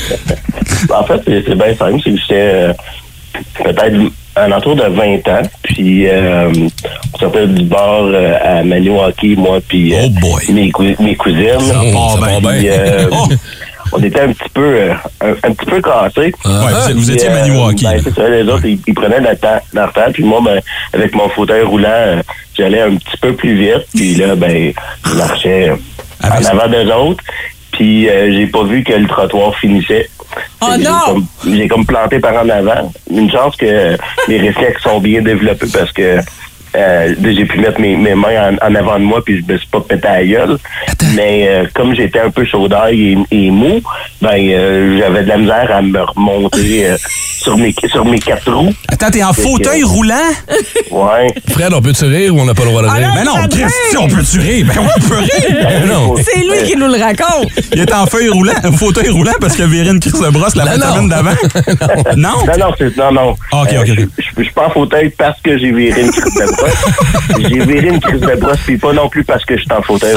En fait, c'est c'est bien simple. C'est que j'étais euh, peut-être un entour de 20 ans. Puis, euh, on sortait du bar euh, à Maniwaki, moi, puis euh,
Oh boy.
mes, cou- mes cousines.
Oh, ça
part
part
bien.
Puis, euh,
Oh.
On était un petit peu, euh, un, un petit peu cassés.
Ouais, vous, vous
Puis,
étiez
euh,
Maniwaki.
ben,
là.
c'est ça, les autres, ils, ils prenaient leur temps, leur temps. Puis moi, ben, avec mon fauteuil roulant, euh, j'allais un petit peu plus vite. Puis là, ben, je marchais euh,
Avec-
en avant d'eux autres. Puis euh, j'ai pas vu que le trottoir finissait.
Oh
J'ai
non!
comme- J'ai comme, planté par en avant. Une chance que les réflexes sont bien développés parce que euh, j'ai pu mettre mes, mes mains en, en avant de moi puis je me suis pas pété à la gueule. Mais euh, comme j'étais un peu chaud d'œil et, et mou, ben euh, j'avais de la misère à me remonter euh, sur mes sur mes quatre roues.
Attends, t'es en fauteuil roulant?
Ouais.
Fred, on peut-tu rire ou on n'a pas le droit de
Ah,
rire?
Ben non,
Fred,
Christy, on peut tirer. Ben on peut rire.
non.
Euh,
C'est lui qui nous le raconte.
Il est en feuille roulant, fauteuil roulant parce que Vérine Chris le brosse la fin de
Ben non. Ben
semaine d'avant. Non?
Non, Euh, non, c'est non, non.
Ah, ok, ok, ok.
Je je- je suis pas en fauteuil parce que j'ai viré une coupe de
pas. J'ai viré une crise de brosse, puis pas non plus parce que je suis en fauteuil.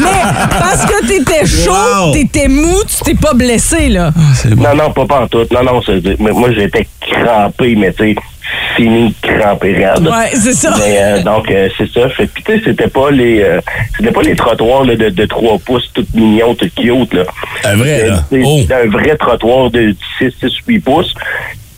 Mais parce que t'étais chaud, t'étais mou, tu t'es pas blessé, là.
Ah,
Non, non, pas partout. Non, non, c'est- mais moi, j'étais crampé, mais tu sais, fini crampé, raide.
Ouais, c'est ça.
Mais, euh, donc, euh, c'est ça. Fait que, puis, tu sais, c'était pas les, euh, c'était pas les trottoirs là, de, de 3 pouces, tout mignons, tout cute, là. Euh,
Un vrai, là.
C'est
Oh.
un vrai trottoir de 6, 6, 8 pouces.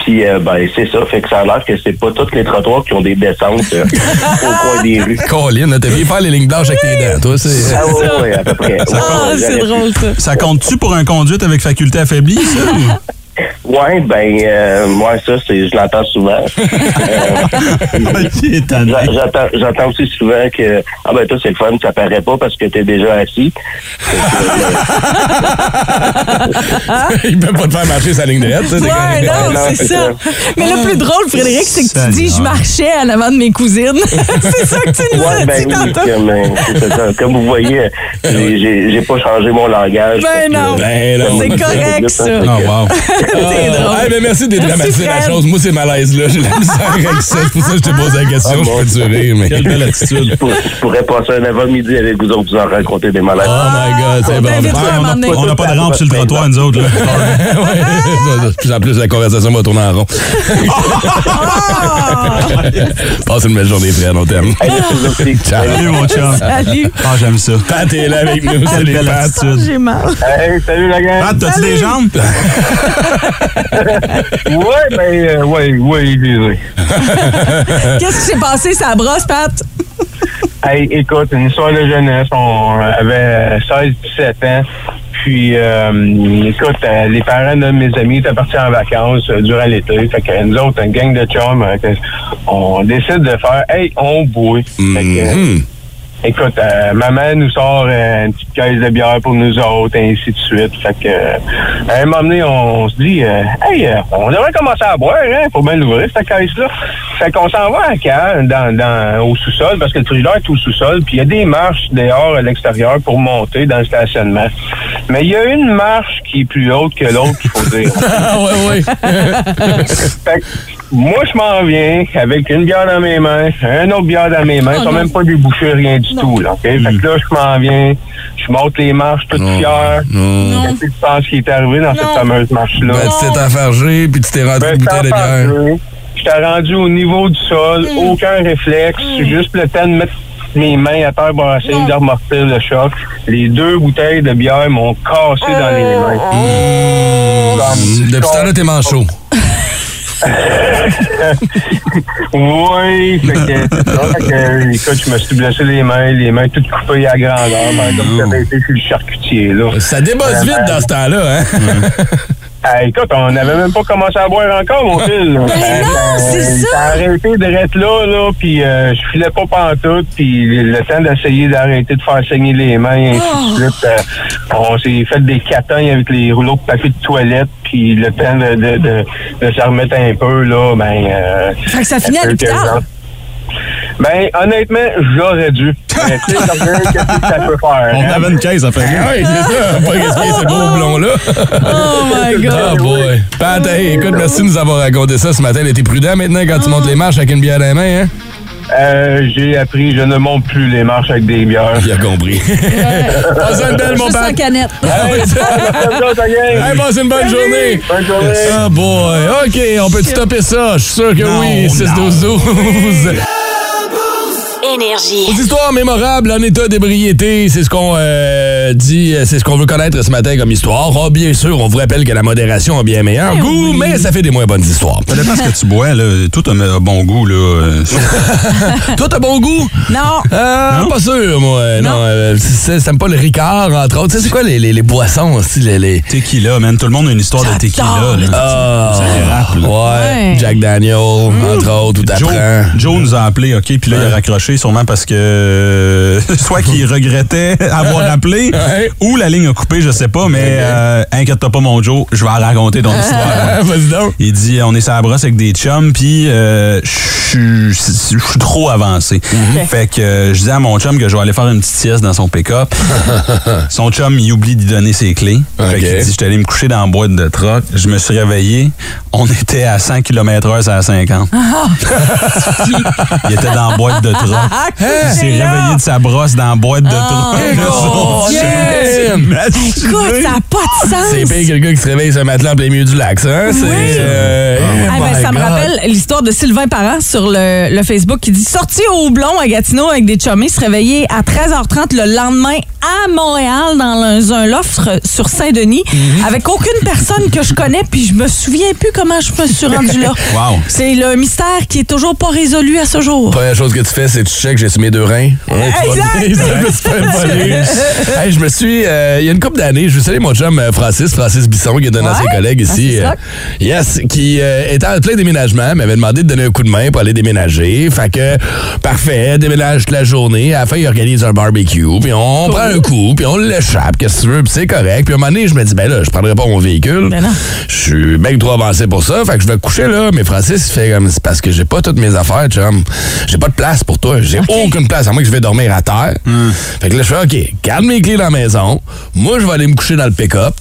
Puis, euh, ben, c'est ça. Fait que ça a l'air que c'est pas tous les trottoirs qui ont des descentes euh, au coin des rues.
Colin, là, t'as bien faire les lignes blanches avec tes dents, toi. C'est...
Ah ouais, ouais, à peu près. Ouais,
Ah,
ouais,
c'est
j'aurais
drôle, ça.
Ça compte-tu pour un conduite avec faculté affaiblie, ça? ou-
Ouais, ben, euh, moi, ça, c'est, je l'entends souvent.
Ah,
Euh, j'a- j'entends, j'entends aussi souvent que, ah ben, toi, c'est le fun, ça paraît pas parce que t'es déjà assis.
Il peut pas te faire marcher sa ligne de ça. c'est
Ouais,
correct.
non,
Non,
c'est
c'est
ça. Mais le plus drôle, Frédéric, c'est que tu dis je marchais en avant de mes cousines. c'est ça que tu nous as
Ouais,
dit
ben oui,
tantôt.
comme, euh, c'est ça. Comme vous voyez, euh, j'ai, j'ai- j'ai pas changé mon langage.
Ben
parce que-
non.
Ben non.
C'est correct, ça.
Oh, wow.
C'est drôle.
Ah, ben merci d'être dramatisé la
Fred.
chose. Moi, c'est malaise, là. J'ai la misère avec ça. C'est pour ça que je te pose la question. je peux durer, mais. Quelle belle
Je,
attitude.
pour- je pourrais passer un avant-midi avec vous autres, vous en raconter des malades.
Oh my God, c'est
On
bon.
t'invite-toi à un
Ouais,
moment donné.
On n'a pas de rampe sur le trottoir, nous autres. Là.
De plus en plus, la conversation va tourner en rond.
Ah!
Passe une belle journée, frère, on t'aime.
Hey, merci aussi.
Ciao.
Salut, mon chum.
Salut.
Ah, j'aime ça.
Pat est là avec nous. Salut,
belle
Pat.
attitude.
J'ai mal.
Hey, salut la gang.
Pat, t'as-tu des jambes?
Ouais, ben, euh, ouais, ouais, ouais, ouais.
Euh.
Qu'est-ce qui s'est passé, ça brosse, Pat?
Hey, écoute, une histoire de jeunesse. On avait 16-17 ans. Puis, euh, écoute, euh, les parents de mes amis étaient partis en vacances euh, durant l'été. Fait que nous autres, une gang de chums, euh, que- on décide de faire « Hey, on bouille! Fait que,
Mhm.
Écoute, euh, maman nous sort euh, une petite caisse de bière pour nous autres, et ainsi de suite. Fait que, euh, à un moment donné, on, se dit, euh, hey, euh, on devrait commencer à boire, hein, faut bien l'ouvrir, cette caisse-là. Fait qu'on s'en va à cave, dans, dans, au sous-sol, parce que le frigidaire est au sous-sol, puis il y a des marches dehors à l'extérieur pour monter dans le stationnement. Mais il y a une marche qui est plus haute que l'autre, il faut dire.
Ah, ouais, ouais.
Fait que moi, je m'en viens avec une bière dans mes mains, un autre bière dans mes mains. Ils sont même pas débouchés, rien du tout. Là, ok? Fait que là, je m'en viens, je monte les marches toute fière.
Non.
Qu'est-ce que tu penses qui est arrivé dans cette fameuse marche-là?
Ben, tu t'es enfargé, puis tu t'es rendu
Ben,
une bouteille de
t'en parles
bière.
plus. J'étais rendu au niveau du sol, aucun réflexe, juste le temps de mettre mes mains à terre brassées, de remarquer le choc. Les deux bouteilles de bière m'ont cassé dans les mains. Comme-
Hmm. Depuis ce temps-là, t'es manchot.
Oui, fait que, c'est ça, fait que, écoute, je me suis blessé les mains, les mains toutes coupées à grandeur, ben, comme ça avait été sur le charcutier, là.
Ça
Ben,
débosse vite dans ce temps-là, hein?
Ah, écoute, on n'avait même pas commencé à boire encore, mon fils. là.
Ben non, c'est
il
ça.
s'est arrêté de rester là, là, puis euh, je filais pas pantoute, puis le temps d'essayer d'arrêter de faire saigner les mains, et ainsi
Oh.
de suite, euh, on s'est fait des catins avec les rouleaux de papier de toilette, puis le temps de, de, de, de se remettre un peu, là, ben... euh,
Fait que ça finit à
Quelques
l'hôpital.
gens. Ben, honnêtement, j'aurais dû. Mais tu sais, quand même, qu'est-ce que ça peut faire?
On
hein?
avait une caisse à faire.
Ah, oui, c'est ça. Pas gaspiller ce beau blond-là.
Oh my
Ah,
God.
boy. Pat, hey, écoute, merci de nous avoir raconté ça ce matin. T'es prudent maintenant quand tu montes les marches avec une bière à la main, hein?
Euh, J'ai appris, je ne monte plus les marches avec des bières.
Il a compris. Passe une belle, mon
Juste en
Pat.
canette.
Ah, oui, ça. Hey,
Bonne
passe une bonne journée.
journée.
Ah, boy. OK, on peut stopper ça? Je suis sûr que oui. 6-12-12.
Énergie.
Des histoires mémorables en état d'ébriété, c'est ce qu'on euh, dit, euh, c'est ce qu'on veut connaître ce matin comme histoire. Ah, bien sûr, on vous rappelle que la modération a bien meilleur goût, mais ça fait des moins bonnes histoires.
Ça dépend ce que tu bois, là. Tout a un bon goût, là. Euh,
Toi, t'as bon goût?
Non.
Euh, pas sûr, moi. Non,
Non.
euh, c'est- ça me pas le Ricard, entre autres. Tu sais, c'est quoi les, les, les boissons aussi, les... les...
Tequila, man. Tout le monde a une histoire de tequila, là.
Ah,
dérape,
ouais,
Ouais. Mm.
Jack Daniel, entre autres, tout
Joe,
apprend.
Joe nous a appelé, OK, puis là, il a raccroché. sûrement parce que euh, soit qu'il regrettait avoir appelé
Ouais. Eh
ou la ligne a coupé, je sais pas, mais euh, inquiète-toi pas, mon Joe, je vais la raconter ton histoire.
Ah, Vas-y donc.
Il dit on est sur la brosse avec des chums puis euh, je suis- je suis trop avancé.
Mhm.
Fait que euh, je dis à mon chum que je vais aller faire une petite sieste dans son pick-up. son chum il oublie d'y donner ses clés. Fait
Ok.
qu'il dit je suis allé me coucher dans la boîte de troc, je me suis réveillé, on était à 100 km/h à 50. il était dans la boîte de troc.
Ah,
Il s'est
c'est là.
réveillé de sa brosse dans la boîte
Ah!
de
Oh,
troc.
Jim!
Écoute, ça n'a pas de sens.
C'est pire que le gars qui se réveille ce matin en plein milieu du lac, ça. hein? C'est,
Oui.
euh,
Ah,
oh
ben,
my
ça me
God.
rappelle l'histoire de Sylvain Parent sur le, le Facebook qui dit Sorti au blond à Gatineau avec des chummies, se réveiller à 13h30 le lendemain à Montréal dans un, un loft sur Saint-Denis
Mhm.
avec aucune personne que je connais, puis je me souviens plus comment je me suis rendue là.
Wow.
C'est le mystère qui est toujours pas résolu à ce jour.
Première chose que tu fais, c'est tu check, j'ai-tu mes deux reins? Ouais, tu vas
Exact!
bien, ça, je me suis fait voler. Hey, je me suis, euh, il y a une couple d'années, je vous salue mon chum euh, Francis, Francis Bisson, qui est un ancien collègue ici.
Francis Rock.
euh, yes, qui euh, était en plein déménagement, m'avait demandé de donner un coup de main pour aller déménager. Fait que, parfait, déménage toute la journée. À la fin, il organise un barbecue, puis on prend un coup, puis on l'échappe, qu'est-ce que tu veux, puis c'est correct. Puis à un moment donné, je me dis, ben là, je prendrai pas mon véhicule.
Ben non.
Je suis bien que trop avancé pour ça, fait que je vais coucher là. Mais Francis, il fait comme, c'est parce que j'ai pas toutes mes affaires, chum. J'ai pas de place pour toi. J'ai aucune place, à moins que je vais dormir à terre. Fait que là, je fais, OK, garde mes clés dans la maison. Moi, je vais aller me coucher dans le pick-up.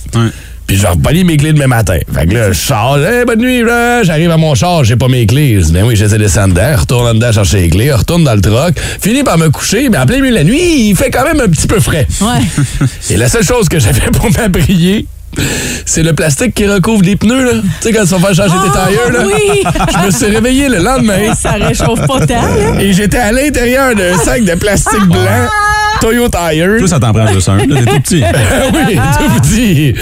Puis je vais repogner mes clés demain matin. Fait que là, je sors, Hey, bonne nuit, là. j'arrive à mon char, j'ai pas mes clés. Je dis, ben oui, j'essaie de descendre dedans, retourne en dedans chercher les clés, retourne dans le truck, finis par me coucher, mais en plein milieu de la nuit, il fait quand même un petit peu frais.
Ouais.
Et la seule chose que j'avais pour m'abrier, c'est le plastique qui recouvre les pneus, là. Tu sais, quand ils sont faire changer tes
Ah,
tailleurs, là.
oui.
Je me suis réveillé le lendemain
Ça réchauffe pas tant, là.
et j'étais à l'intérieur d'un sac de plastique blanc Toyo Tire.
Toi, ça t'en prend juste un. Là, T'es tout petit.
oui, tout vous dit.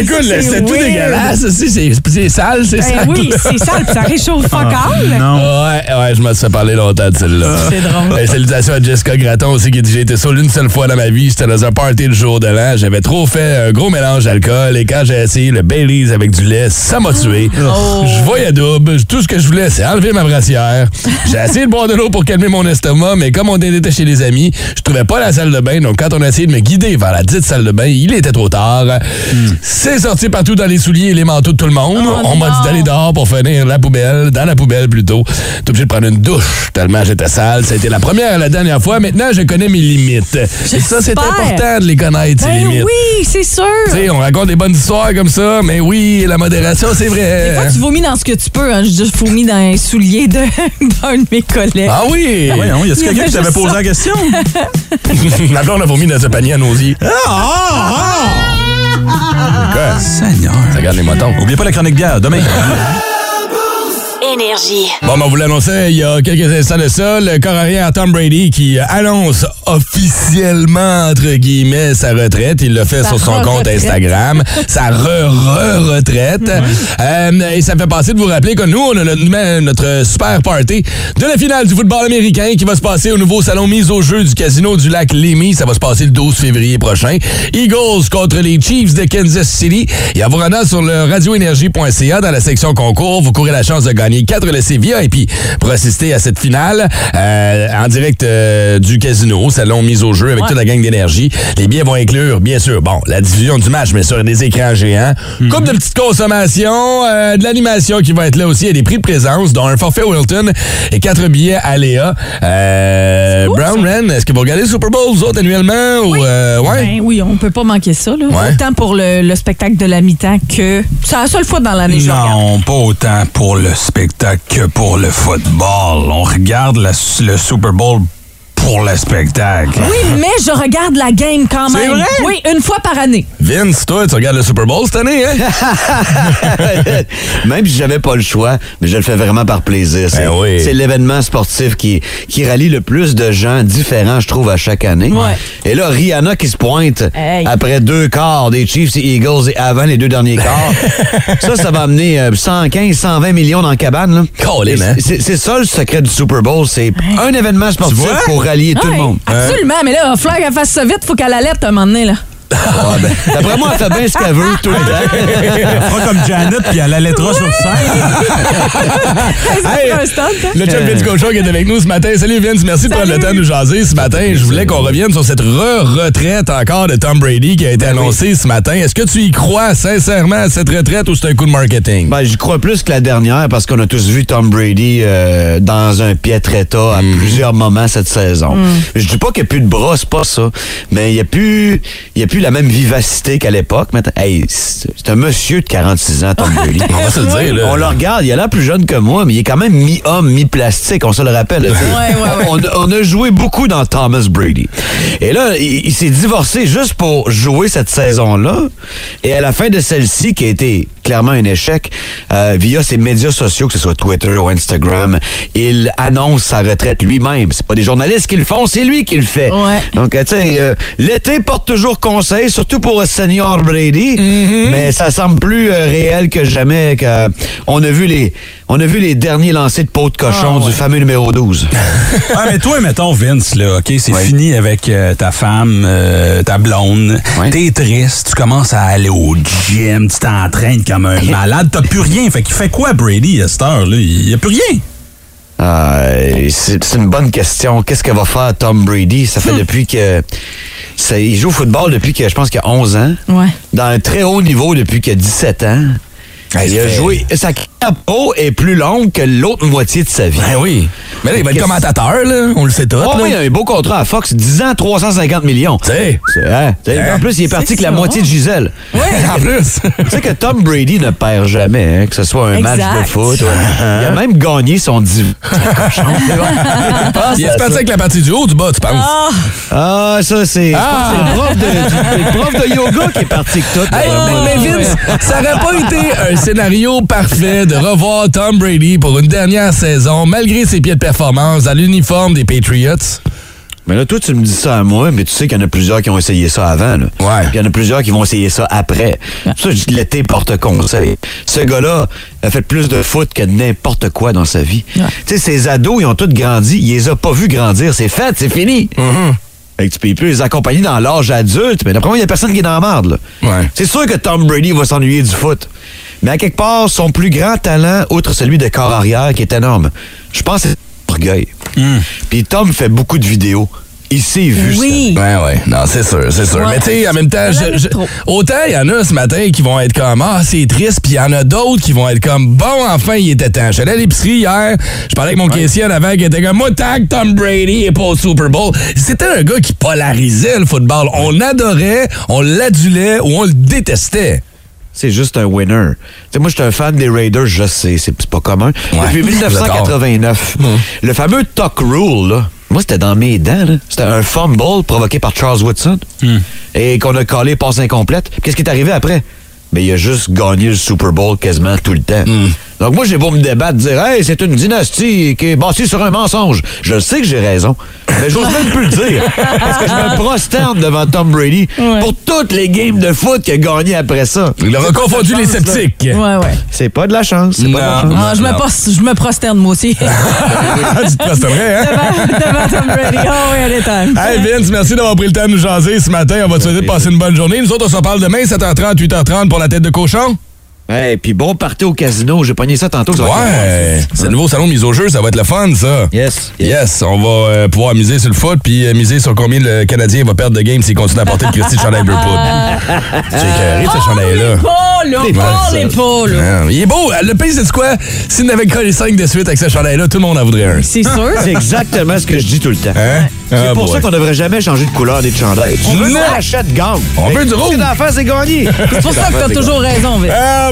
Écoute, là,
C'est
c'est tout
weird.
dégueulasse. aussi. C'est c'est sale, c'est
Ben
sale.
oui, c'est sale, puis ça réchauffe
Ah,
focal.
Non.
Ouais, ouais, je me suis fait parler longtemps de celle-là.
C'est drôle.
Euh, salutations à Jessica Gratton aussi qui dit J'ai été seul une seule fois dans ma vie. J'étais dans un party le jour de l'an. J'avais trop fait un gros mélange d'alcool et quand j'ai essayé le Baileys avec du lait, ça m'a tué.
Oh.
Je voyais double. Tout ce que je voulais, c'est enlever ma brassière. J'ai essayé de boire de l'eau pour calmer mon estomac, Ah, mais comme on était chez les amis, je trouvais pas la salle de bain. Donc quand on a essayé de me guider vers la dite salle de bain, il était trop tard. C'est sorti partout dans les souliers et les manteaux de tout le monde.
Oh
on m'a dit
non.
d'aller dehors pour finir la poubelle, dans la poubelle plutôt. T'es obligé de prendre une douche tellement j'étais sale. Ça a été la première et la dernière fois. Maintenant, je connais mes limites. Et ça, c'est
J'espère.
important de les connaître, ces
Ben
limites.
oui, c'est sûr.
Tu sais, on raconte des bonnes histoires comme ça, mais oui, la modération, c'est vrai.
Des fois, tu vomis dans ce que tu peux. Hein. J'ai juste vomi dans un soulier de- d'un de, mes collègues.
Ah oui!
Voyons, hein, y a-tu
Il y
quelqu'un
avait
qui t'avait
juste
posé
ça.
la question?
La blonde a vomi dans ce panier à nausier.
Ah,
Quoi?
Seigneur.
Ça regarde les motons.
Oubliez pas la chronique bière, demain.
Énergie.
Bon, ben, on vous l'annonçait il y a quelques instants de ça, le corps Tom Brady qui euh, annonce officiellement, entre guillemets, sa retraite. Il le fait
Sa
sur son compte
re-retraite.
Instagram. sa re-re-retraite. Euh, et ça me fait penser de vous rappeler que nous, on a notre, notre super party de la finale du football américain qui va se passer au nouveau salon mise au jeu du casino du lac Lémy. Ça va se passer le 12 février prochain. Eagles contre les Chiefs de Kansas City. Et en vous rendant sur le radioénergie.ca dans la section concours, vous courez la chance de gagner 4 laissés VIP pour assister à cette finale euh, en direct euh, du casino, salon mise au jeu avec toute la gang d'énergie. Les billets vont inclure, bien sûr, bon, la diffusion du match, mais sur des écrans géants.
Mhm.
Coupe de petites consommations, euh, de l'animation qui va être là aussi et des prix de présence, dont un forfait Wilton et quatre billets à Léa. Euh, Brown Ren, est-ce que vous regardez le Super Bowl, vous autres, annuellement? Ou, euh, ouais?
Ben oui, on peut pas manquer ça. Là.
Ouais.
Autant pour le, le spectacle de la mi-temps que... C'est la seule fois dans l'année que Ben, je regarde.
Non, pas autant pour le spectacle que pour le football. On regarde la- le Super Bowl pour le spectacle.
Oui, mais je regarde la game quand même.
C'est vrai?
Oui, une fois par année.
Vince, toi, tu regardes le Super Bowl cette année, hein?
Même si j'avais pas le choix, mais je le fais vraiment par plaisir. C'est
Ben oui.
c'est l'événement sportif qui, qui rallie le plus de gens différents, je trouve, à chaque année.
Ouais.
Et là, Rihanna qui se pointe
Hey.
après deux quarts des Chiefs et Eagles et avant les deux derniers quarts. ça, ça va amener euh, 115, 120 millions dans la cabane. là.
Colin,
Et
hein?
C'est c'est ça le secret du Super Bowl. C'est un événement sportif
vois?
pour rallier tout le
Ouais,
monde.
Euh.
Absolument, mais là, il va falloir qu'elle fasse ça vite. faut qu'elle alerte un moment donné. Là.
Ouais, ben, D'après moi, elle fait bien ce qu'elle veut tout le
Ah.
temps.
Elle fera comme Janet, puis elle allaitera sur scène.
Hey, euh,
un stand, hein?
le chum Vince Cochon qui est avec nous ce matin. Salut Vince, merci de prendre le
Salut.
temps de nous jaser ce matin. Je voulais qu'on revienne sur cette re-retraite encore de Tom Brady qui a
Ben
été annoncée ce matin. Est-ce que tu y crois sincèrement à cette retraite ou c'est un coup de marketing?
Ben, j'y crois plus que la dernière parce qu'on a tous vu Tom Brady euh, dans un piètre état à plusieurs moments cette saison. Je dis pas qu'il n'y a plus de bras, c'est pas ça. Mais il n'y a, plus- il y a plus la même vivacité qu'à l'époque. maintenant. Hey, c'est c'est un monsieur de 46 ans, Tom Brady.
On va se le dire, là.
On le regarde, il a l'air plus jeune que moi, mais il est quand même mi-homme, mi-plastique, on se le rappelle. là, tu sais.
ouais,
On, on a joué beaucoup dans Thomas Brady. Et là, il, il s'est divorcé juste pour jouer cette saison-là. Et à la fin de celle-ci, qui a été clairement un échec, euh, via ses médias sociaux, que ce soit Twitter ou Instagram, il annonce sa retraite lui-même. C'est pas des journalistes qui le font, c'est lui qui le fait.
Ouais.
Donc, euh, tu sais, euh, l'été porte toujours conseil, surtout pour euh, Senior Brady, mais ça semble plus euh, réel que jamais. que- euh, on, a vu les, on a vu les derniers lancers de peau de cochon du fameux numéro 12.
Ah, mais toi, mettons, Vince, là, OK, c'est fini avec euh, ta femme, euh, ta blonde.
Ouais.
T'es triste, tu commences à aller au gym, tu t'entraînes comme un malade, t'as plus rien. Fait qu'il fait quoi, Brady, à cette heure-là? Il y a plus rien.
Euh, c'est c'est une bonne question. Qu'est-ce que va faire Tom Brady? Ça fait depuis que... ça- il joue au football depuis que je pense qu'il a 11 ans.
Ouais.
Dans un très haut niveau depuis qu'il a 17 ans. Ah, il a joué... Sa carrière pro est plus longue que l'autre moitié de sa vie.
Ben oui. Mais là, il va être
Qu'est-ce-
commentateur, là. On le sait tout.
Oh,
là.
oui, il a un beau contrat à Fox, 10 ans, 350 millions.
Tu sais.
C'est- hein, t'sais, En plus, il est parti
C'est
avec la
ça.
moitié de Gisèle.
En plus.
Tu sais que Tom Brady ne perd jamais, hein, que ce soit un
Exact.
match de foot. ouais. Il a même gagné son div.
Ah, Il est parti avec la partie du haut ou du bas, tu penses?
Ah, ça, c'est. je
Ah!
pense que C'est le, prof de- du- le prof de yoga qui est parti que tout.
Hey, mais, mais Vince, ça n'aurait pas été un scénario parfait de revoir Tom Brady pour une dernière saison, malgré ses pieds de performance, à l'uniforme des Patriots.
Mais là, toi, tu me dis ça à moi, mais tu sais qu'il y en a plusieurs qui ont essayé ça avant. Là.
Ouais.
Puis il y en a plusieurs qui vont essayer ça après. C'est pour ça que je dis que l'été porte conseil. Ce gars-là a fait plus de foot que de n'importe quoi dans sa vie. Tu sais, ses ados, ils ont tous grandi. Il les a pas vus grandir. C'est fait, c'est fini.
Mm-hmm.
Fait que tu peux plus les accompagner dans l'âge adulte. Mais d'après moi, il n'y a personne qui est dans la marde. là.
Ouais.
C'est sûr que Tom Brady va s'ennuyer du foot. Mais à quelque part, son plus grand talent, outre celui de corps arrière, qui est énorme, je pense que c'est l'orgueil. Puis Tom fait beaucoup de vidéos. Il s'est vu.
Oui.
Ouais, Ben ouais. Non, c'est sûr, c'est sûr.
Ouais.
Mais tu sais, en même temps,
Ça
je-
donne
je-
trop.
autant il y en a ce matin qui vont être comme Ah, c'est triste, puis il y en a d'autres qui vont être comme Bon, enfin, il était temps. J'allais à l'épicerie hier, je parlais avec mon caissier en avant qui était comme Moi, tac, Tom Brady est pas au Super Bowl. C'était un gars qui polarisait le football. On l'adorait, on l'adulait ou on le détestait.
C'est juste un winner. Tu sais, moi, je suis un fan des Raiders, je sais, c'est c'est pas commun.
Ouais.
Depuis
Vous êtes
1989, le fameux Tuck Rule, là, moi, c'était dans mes dents. là. C'était un fumble provoqué par Charles Woodson et qu'on a collé passe incomplète. Qu'est-ce qui est arrivé après? Mais il a juste gagné le Super Bowl quasiment tout le temps. Donc moi, j'ai beau me débattre, dire « Hey, c'est une dynastie qui est bâtie sur un mensonge. » Je le sais que j'ai raison, mais j'ose même plus le dire. Parce que je me prosterne devant Tom Brady
Ouais.
pour toutes les games de foot qu'il a gagné après ça.
Il aura confondu les
chance, là.
sceptiques.
Ouais, ouais.
C'est pas de la chance. C'est pas de la
Non.
chance.
Ah, je, me
Non.
pos- je me prosterne, moi aussi.
Tu te passes vrai, hein?
Devant Tom Brady. Oh, oui, elle est time.
Hey Vince, merci d'avoir pris le temps de nous jaser ce matin. On va te souhaiter de passer une bonne journée. Nous autres, on se parle demain, 7h30, 8h30 pour la tête de cochon.
Hey, puis bon party au casino. J'ai pogné ça tantôt. ça va être-
Ouais, c'est le nouveau salon de mise au jeu, ça va être le fun, ça.
Yes.
Yes, on va euh, pouvoir miser sur le foot puis euh, miser sur combien le Canadien va perdre de game s'il continue à porter le Christy de chandail bleu poudre. C'est écœuré, ce chandail-là.
Paul, là, Paul et Paul. là.
Man, Il est beau. Le pays, c'est quoi? S'il n'avait que les 5 de suite avec ce chandail-là, tout le monde en voudrait un.
C'est sûr.
C'est exactement ce que je dis tout le temps.
Hein?
C'est
Ah,
pour
boy.
ça qu'on devrait jamais changer de couleur des chandails. Tu veux
Non.
qu'on achète gang.
On
Mais
veut du
tout ce
rouge.
que t'as à faire, c'est gagner.
C'est pour ça que t'as toujours raison, Vince.
Ah,